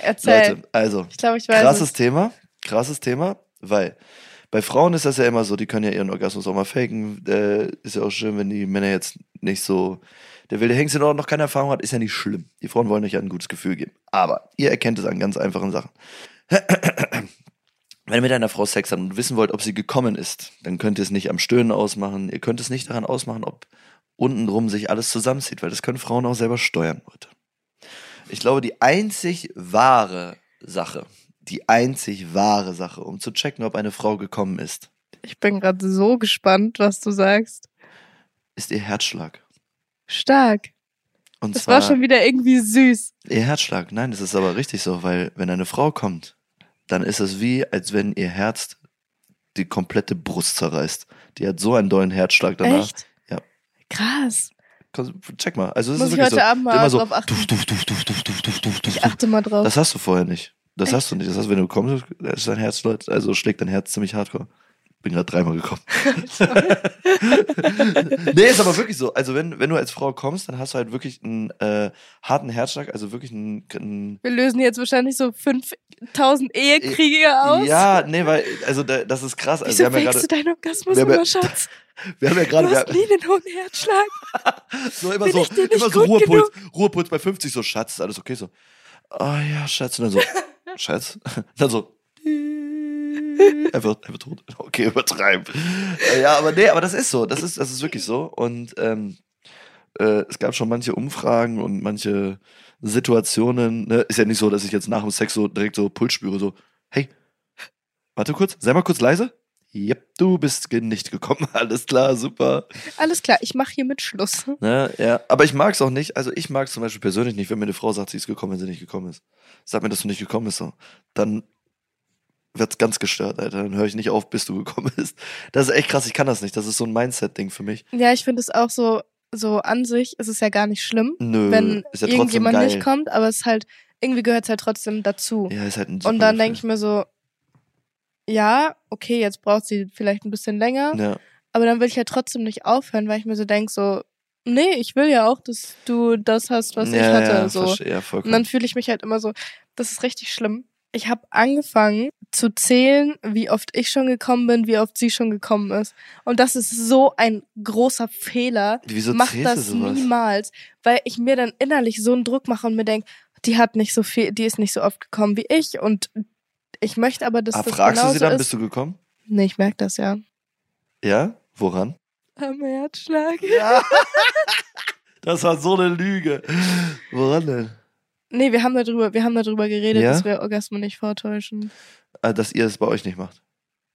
[SPEAKER 2] Erzähl.
[SPEAKER 1] Leute, also,
[SPEAKER 2] ich glaube, ich weiß.
[SPEAKER 1] krasses
[SPEAKER 2] es.
[SPEAKER 1] Thema, krasses Thema, weil bei Frauen ist das ja immer so, die können ja ihren Orgasmus auch mal faken. Äh, ist ja auch schön, wenn die Männer jetzt nicht so. Der wilde Hengst, der noch keine Erfahrung hat, ist ja nicht schlimm. Die Frauen wollen euch ja ein gutes Gefühl geben. Aber ihr erkennt es an ganz einfachen Sachen. [clears throat] Wenn ihr mit einer Frau Sex habt und wissen wollt, ob sie gekommen ist, dann könnt ihr es nicht am Stöhnen ausmachen. Ihr könnt es nicht daran ausmachen, ob untenrum sich alles zusammenzieht, weil das können Frauen auch selber steuern, Leute. Ich glaube, die einzig wahre Sache, die einzig wahre Sache, um zu checken, ob eine Frau gekommen ist,
[SPEAKER 2] Ich bin gerade so gespannt, was du sagst.
[SPEAKER 1] ist ihr Herzschlag.
[SPEAKER 2] Stark.
[SPEAKER 1] Und
[SPEAKER 2] Das
[SPEAKER 1] zwar
[SPEAKER 2] war schon wieder irgendwie süß.
[SPEAKER 1] ihr Herzschlag. Nein, das ist aber richtig so, weil wenn eine Frau kommt, dann ist es wie, als wenn ihr Herz die komplette Brust zerreißt. Die hat so einen dollen Herzschlag danach.
[SPEAKER 2] Echt?
[SPEAKER 1] Ja.
[SPEAKER 2] Krass.
[SPEAKER 1] Komm, Check mal. Also es
[SPEAKER 2] Muss
[SPEAKER 1] ist
[SPEAKER 2] ich
[SPEAKER 1] wirklich
[SPEAKER 2] heute
[SPEAKER 1] so.
[SPEAKER 2] Abend mal
[SPEAKER 1] Immer so,
[SPEAKER 2] drauf achten.
[SPEAKER 1] Duf, duf, duf, duf, duf, duf, duf, duf, duf.
[SPEAKER 2] Ich achte mal drauf.
[SPEAKER 1] Das hast du vorher nicht. Das
[SPEAKER 2] Echt?
[SPEAKER 1] hast du nicht. Das hast, wenn du kommst, ist dein Herz, Leute, also schlägt dein Herz ziemlich hardcore. Bin gerade dreimal
[SPEAKER 2] [laughs]
[SPEAKER 1] gekommen. nee, ist aber wirklich so. Also wenn, wenn du als Frau kommst, dann hast du halt wirklich einen äh, harten Herzschlag, also wirklich einen, einen
[SPEAKER 2] Wir lösen jetzt wahrscheinlich so 5000 Ehekriege aus.
[SPEAKER 1] Ja, nee, weil, also da, das ist krass. Also,
[SPEAKER 2] Wieso
[SPEAKER 1] wir haben ja
[SPEAKER 2] wächst
[SPEAKER 1] gerade,
[SPEAKER 2] du deinen Orgasmus
[SPEAKER 1] wir haben ja-
[SPEAKER 2] immer, Schatz?
[SPEAKER 1] wir haben ja [laughs]
[SPEAKER 2] Du
[SPEAKER 1] gerade, wir
[SPEAKER 2] hast
[SPEAKER 1] haben-
[SPEAKER 2] nie einen hohen Herzschlag.
[SPEAKER 1] so immer
[SPEAKER 2] bin
[SPEAKER 1] so,
[SPEAKER 2] ich dir nicht
[SPEAKER 1] immer so
[SPEAKER 2] gut
[SPEAKER 1] Ruhepuls, Ruhepuls bei 50, so Schatz, ist alles okay, so, ah ja, Schatz,
[SPEAKER 2] [laughs]
[SPEAKER 1] und dann so, Schatz, [laughs] dann so, einfach, einfach tot. Okay, übertreiben. Äh, Ja, aber nee, aber das ist so, das ist, das ist wirklich so und, ähm, äh, es gab schon manche Umfragen und manche Situationen. Ne? Ist ja nicht so, dass ich jetzt nach dem Sex so direkt so Puls spüre, so, hey, warte kurz, sei mal kurz leise. Jep, du bist ge- nicht gekommen. [laughs] Alles klar, super.
[SPEAKER 2] [laughs] Alles klar, ich mache hiermit Schluss.
[SPEAKER 1] Ne, ja. Aber ich mag's auch nicht. Also ich mag's zum Beispiel persönlich nicht, wenn mir eine Frau sagt, sie ist gekommen, wenn sie nicht gekommen ist. Sag mir, dass du nicht gekommen bist. So. Dann wird's ganz gestört, Alter. Dann höre ich nicht auf, bis du gekommen bist. Das ist echt krass, ich kann das nicht. Das ist so ein Mindset-Ding für mich.
[SPEAKER 2] Ja, ich finde es auch so, so an sich ist es ja gar nicht schlimm,
[SPEAKER 1] Nö,
[SPEAKER 2] wenn
[SPEAKER 1] Äh, ist ja trotzdem
[SPEAKER 2] irgendjemand
[SPEAKER 1] geil.
[SPEAKER 2] nicht kommt, aber es ist halt, irgendwie gehört es halt trotzdem dazu.
[SPEAKER 1] Ja, ist halt ein
[SPEAKER 2] Und dann denke ich mir so, ja, okay, jetzt braucht sie vielleicht ein bisschen länger,
[SPEAKER 1] Ja,
[SPEAKER 2] aber dann will ich ja trotzdem nicht aufhören, weil ich mir so denke, so, nee, ich will ja auch, dass du das hast, was
[SPEAKER 1] ja,
[SPEAKER 2] ich hatte.
[SPEAKER 1] ja,
[SPEAKER 2] so.
[SPEAKER 1] verstehe, ja,
[SPEAKER 2] Und
[SPEAKER 1] vollkommen.
[SPEAKER 2] dann fühle ich mich halt immer so, das ist richtig schlimm. Ich habe angefangen zu zählen, wie oft ich schon gekommen bin, wie oft sie schon gekommen ist. Und das ist so ein großer Fehler.
[SPEAKER 1] Wieso
[SPEAKER 2] Mach
[SPEAKER 1] zählst
[SPEAKER 2] das
[SPEAKER 1] du sowas?
[SPEAKER 2] niemals, weil ich mir dann innerlich so einen Druck mache und mir denke, die hat nicht so viel, die ist nicht so oft gekommen wie ich und ich möchte aber, dass
[SPEAKER 1] ah,
[SPEAKER 2] das
[SPEAKER 1] fragst du
[SPEAKER 2] genauso
[SPEAKER 1] sie dann,
[SPEAKER 2] ist.
[SPEAKER 1] bist du gekommen?
[SPEAKER 2] nee, ich merke das ja.
[SPEAKER 1] Ja? Woran?
[SPEAKER 2] Am Herzschlag.
[SPEAKER 1] Ja. [laughs] das war so eine Lüge. Woran denn?
[SPEAKER 2] Nee, wir haben darüber, wir haben darüber geredet,
[SPEAKER 1] Ja?
[SPEAKER 2] dass wir Orgasmen nicht vortäuschen.
[SPEAKER 1] Ah, dass ihr es bei euch nicht macht.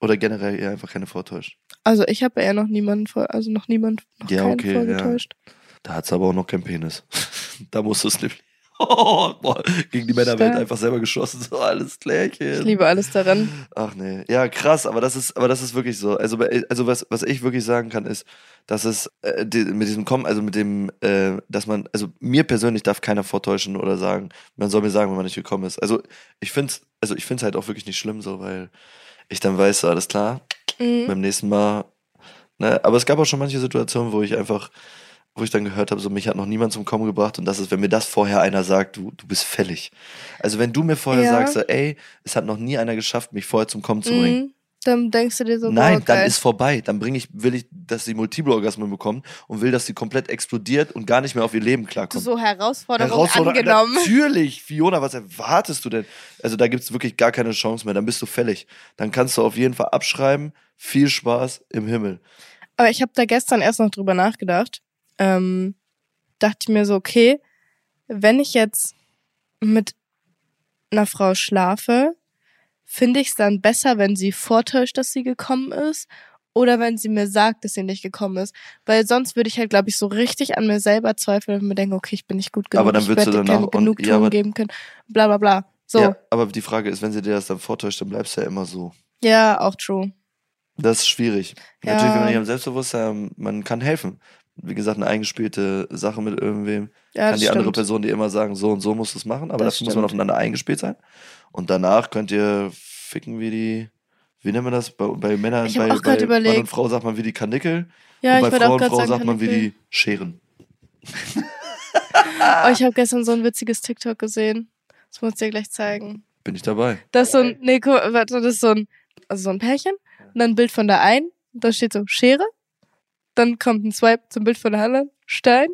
[SPEAKER 1] Oder generell ihr einfach keine vortäuscht.
[SPEAKER 2] Also ich habe ja noch niemanden vor, also noch niemand, noch
[SPEAKER 1] Ja,
[SPEAKER 2] keinen
[SPEAKER 1] okay, ja.
[SPEAKER 2] vorgetäuscht.
[SPEAKER 1] Da hat sie aber auch noch keinen Penis. [laughs] da musst du es nämlich. [laughs] Oh, boah, gegen die Männerwelt
[SPEAKER 2] Stark.
[SPEAKER 1] einfach selber geschossen. So alles Klärchen.
[SPEAKER 2] Ich liebe alles daran.
[SPEAKER 1] Ach nee. Ja, krass, aber das ist, aber das ist wirklich so. Also, bei- also was, was ich wirklich sagen kann, ist, dass es äh, die, mit diesem Kommen, also mit dem, äh, dass man, also mir persönlich darf keiner vortäuschen oder sagen, man soll mir sagen, wenn man nicht gekommen ist. Also ich find's, also ich find's halt auch wirklich nicht schlimm, so, weil ich dann weiß, so, alles klar,
[SPEAKER 2] Mhm.
[SPEAKER 1] beim nächsten Mal. Ne? Aber es gab auch schon manche Situationen, wo ich einfach, wo ich dann gehört habe, so mich hat noch niemand zum Kommen gebracht und das ist, wenn mir das vorher einer sagt, du, du bist fällig. Also wenn du mir vorher
[SPEAKER 2] Ja.
[SPEAKER 1] sagst, so, ey, es hat noch nie einer geschafft, mich vorher zum Kommen zu bringen.
[SPEAKER 2] Mhm. Dann denkst du dir so, halt.
[SPEAKER 1] Nein,
[SPEAKER 2] boah,
[SPEAKER 1] dann
[SPEAKER 2] geil.
[SPEAKER 1] ist vorbei. Dann bringe ich, will ich, dass sie multiple Orgasmen bekommt und will, dass sie komplett explodiert und gar nicht mehr auf ihr Leben klarkommt.
[SPEAKER 2] so Herausforderung
[SPEAKER 1] Herausforderung-
[SPEAKER 2] angenommen.
[SPEAKER 1] Natürlich, Fiona, was erwartest du denn? Also da gibt's wirklich gar keine Chance mehr. Dann bist du fällig. Dann kannst du auf jeden Fall abschreiben. Viel Spaß im Himmel.
[SPEAKER 2] Aber ich habe da gestern erst noch drüber nachgedacht. Ähm, dachte ich mir so, okay, wenn ich jetzt mit einer Frau schlafe, finde ich es dann besser, wenn sie vortäuscht, dass sie gekommen ist oder wenn sie mir sagt, dass sie nicht gekommen ist. Weil sonst würde ich halt, glaube ich, so richtig an mir selber zweifeln und mir denken, okay, ich bin nicht gut genug,
[SPEAKER 1] Aber dann
[SPEAKER 2] ich
[SPEAKER 1] würdest du
[SPEAKER 2] werde
[SPEAKER 1] danach
[SPEAKER 2] keine
[SPEAKER 1] on- ja,
[SPEAKER 2] Genugtuung
[SPEAKER 1] aber-
[SPEAKER 2] geben können, bla bla bla. So,
[SPEAKER 1] Ja, aber die Frage ist, wenn sie dir das dann vortäuscht, dann bleibst du ja immer so.
[SPEAKER 2] ja auch true.
[SPEAKER 1] Das ist schwierig.
[SPEAKER 2] Ja.
[SPEAKER 1] Natürlich, wenn man nicht am Selbstbewusstsein, ähm, man kann helfen. Wie gesagt, eine eingespielte Sache mit irgendwem.
[SPEAKER 2] Ja,
[SPEAKER 1] kann
[SPEAKER 2] das
[SPEAKER 1] die andere
[SPEAKER 2] stimmt.
[SPEAKER 1] Person dir immer sagen, so und so musst du es machen, aber
[SPEAKER 2] Das
[SPEAKER 1] dafür muss man
[SPEAKER 2] stimmt.
[SPEAKER 1] aufeinander eingespielt sein. Und danach könnt ihr ficken wie die, wie nennt man das? Bei, bei Männern,
[SPEAKER 2] Ich hab
[SPEAKER 1] bei,
[SPEAKER 2] auch grad
[SPEAKER 1] bei Mann
[SPEAKER 2] überlegt.
[SPEAKER 1] und Frau sagt man wie die Kanickel
[SPEAKER 2] Ja,
[SPEAKER 1] und
[SPEAKER 2] ich
[SPEAKER 1] bei
[SPEAKER 2] würde
[SPEAKER 1] Frau
[SPEAKER 2] auch
[SPEAKER 1] und
[SPEAKER 2] gerade
[SPEAKER 1] Frau
[SPEAKER 2] sagen,
[SPEAKER 1] sagt man
[SPEAKER 2] kann
[SPEAKER 1] wie
[SPEAKER 2] ich
[SPEAKER 1] die Scheren. Ah.
[SPEAKER 2] Oh, ich habe gestern so ein witziges TikTok gesehen. Das muss ich dir gleich zeigen.
[SPEAKER 1] Bin ich dabei.
[SPEAKER 2] Das ist so ein, nee, gu- warte, das ist so ein, also so ein Pärchen. Und dann ein Bild von der einen. Da steht so Schere. Dann kommt ein Swipe zum Bild von der anderen. Stein.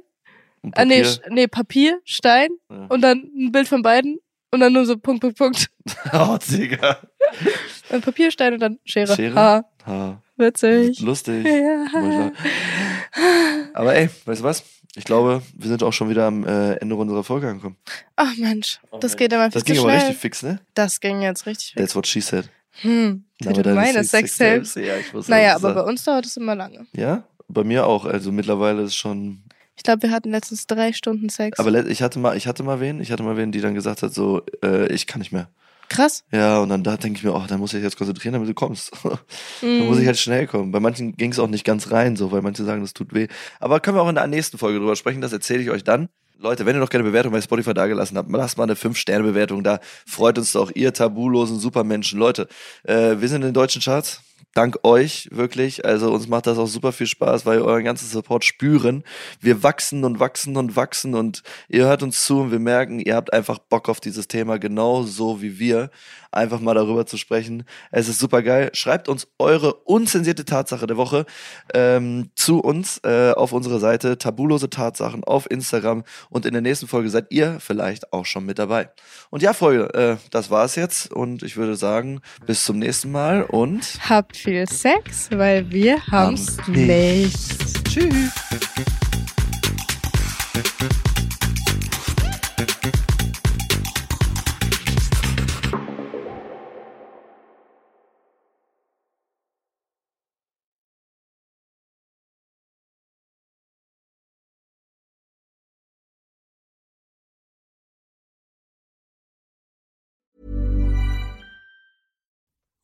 [SPEAKER 1] Und
[SPEAKER 2] Ah, nee,
[SPEAKER 1] Papier.
[SPEAKER 2] Sch- nee, Papier, Stein.
[SPEAKER 1] Ja.
[SPEAKER 2] Und dann ein Bild von beiden. Und dann nur so Punkt, Punkt, Punkt.
[SPEAKER 1] [laughs] oh, Digga.
[SPEAKER 2] Dann Papier, Stein und dann Schere.
[SPEAKER 1] Schere?
[SPEAKER 2] Ah,
[SPEAKER 1] Ha,
[SPEAKER 2] witzig.
[SPEAKER 1] lustig.
[SPEAKER 2] [laughs] Ja.
[SPEAKER 1] Aber ey, weißt du was? Ich glaube, wir sind auch schon wieder am äh, Ende unserer Folge angekommen.
[SPEAKER 2] Ach Mensch,
[SPEAKER 1] Oh
[SPEAKER 2] das
[SPEAKER 1] Mensch.
[SPEAKER 2] geht immer viel
[SPEAKER 1] Das
[SPEAKER 2] zu
[SPEAKER 1] ging
[SPEAKER 2] schnell.
[SPEAKER 1] aber richtig fix, ne?
[SPEAKER 2] das ging jetzt richtig fix.
[SPEAKER 1] That's what she said.
[SPEAKER 2] Hm,
[SPEAKER 1] Name
[SPEAKER 2] Titel
[SPEAKER 1] deines
[SPEAKER 2] meines Sextapes.
[SPEAKER 1] Sextapes. Ja, ich wusste,
[SPEAKER 2] Naja,
[SPEAKER 1] was du
[SPEAKER 2] aber bei uns dauert es immer lange.
[SPEAKER 1] Ja, bei mir auch. Also mittlerweile ist schon.
[SPEAKER 2] Ich glaube, wir hatten letztens drei Stunden Sex.
[SPEAKER 1] Aber le- ich hatte mal, ich hatte mal wen, ich hatte mal wen, die dann gesagt hat, so, äh, ich kann nicht mehr.
[SPEAKER 2] Krass.
[SPEAKER 1] Ja, und dann da denke ich mir, oh, da muss ich jetzt konzentrieren, damit du kommst. [laughs]
[SPEAKER 2] Mhm.
[SPEAKER 1] dann muss ich halt schnell kommen. Bei manchen ging es auch nicht ganz rein, so, weil manche sagen, das tut weh. Aber können wir auch in der nächsten Folge drüber sprechen, das erzähle ich euch dann. Leute, wenn ihr noch keine Bewertung bei Spotify dagelassen habt, lasst mal eine 5-Sterne-Bewertung da. Freut uns doch, ihr tabulosen Supermenschen. Leute, äh, wir sind in den deutschen Charts. Dank euch, wirklich. Also uns macht das auch super viel Spaß, weil wir euren ganzen Support spüren. Wir wachsen und wachsen und wachsen und ihr hört uns zu und wir merken, ihr habt einfach Bock auf dieses Thema, genauso wie wir. Einfach mal darüber zu sprechen. Es ist super geil. Schreibt uns eure unzensierte Tatsache der Woche ähm, zu uns äh, auf unsere Seite Tabulose Tatsachen auf Instagram und in der nächsten Folge seid ihr vielleicht auch schon mit dabei. Und ja, Freunde, äh, das war's jetzt und ich würde sagen, bis zum nächsten Mal und
[SPEAKER 2] Habt viel Sex, weil wir haben's
[SPEAKER 1] Haben's
[SPEAKER 2] nicht. nicht.
[SPEAKER 1] tschüss.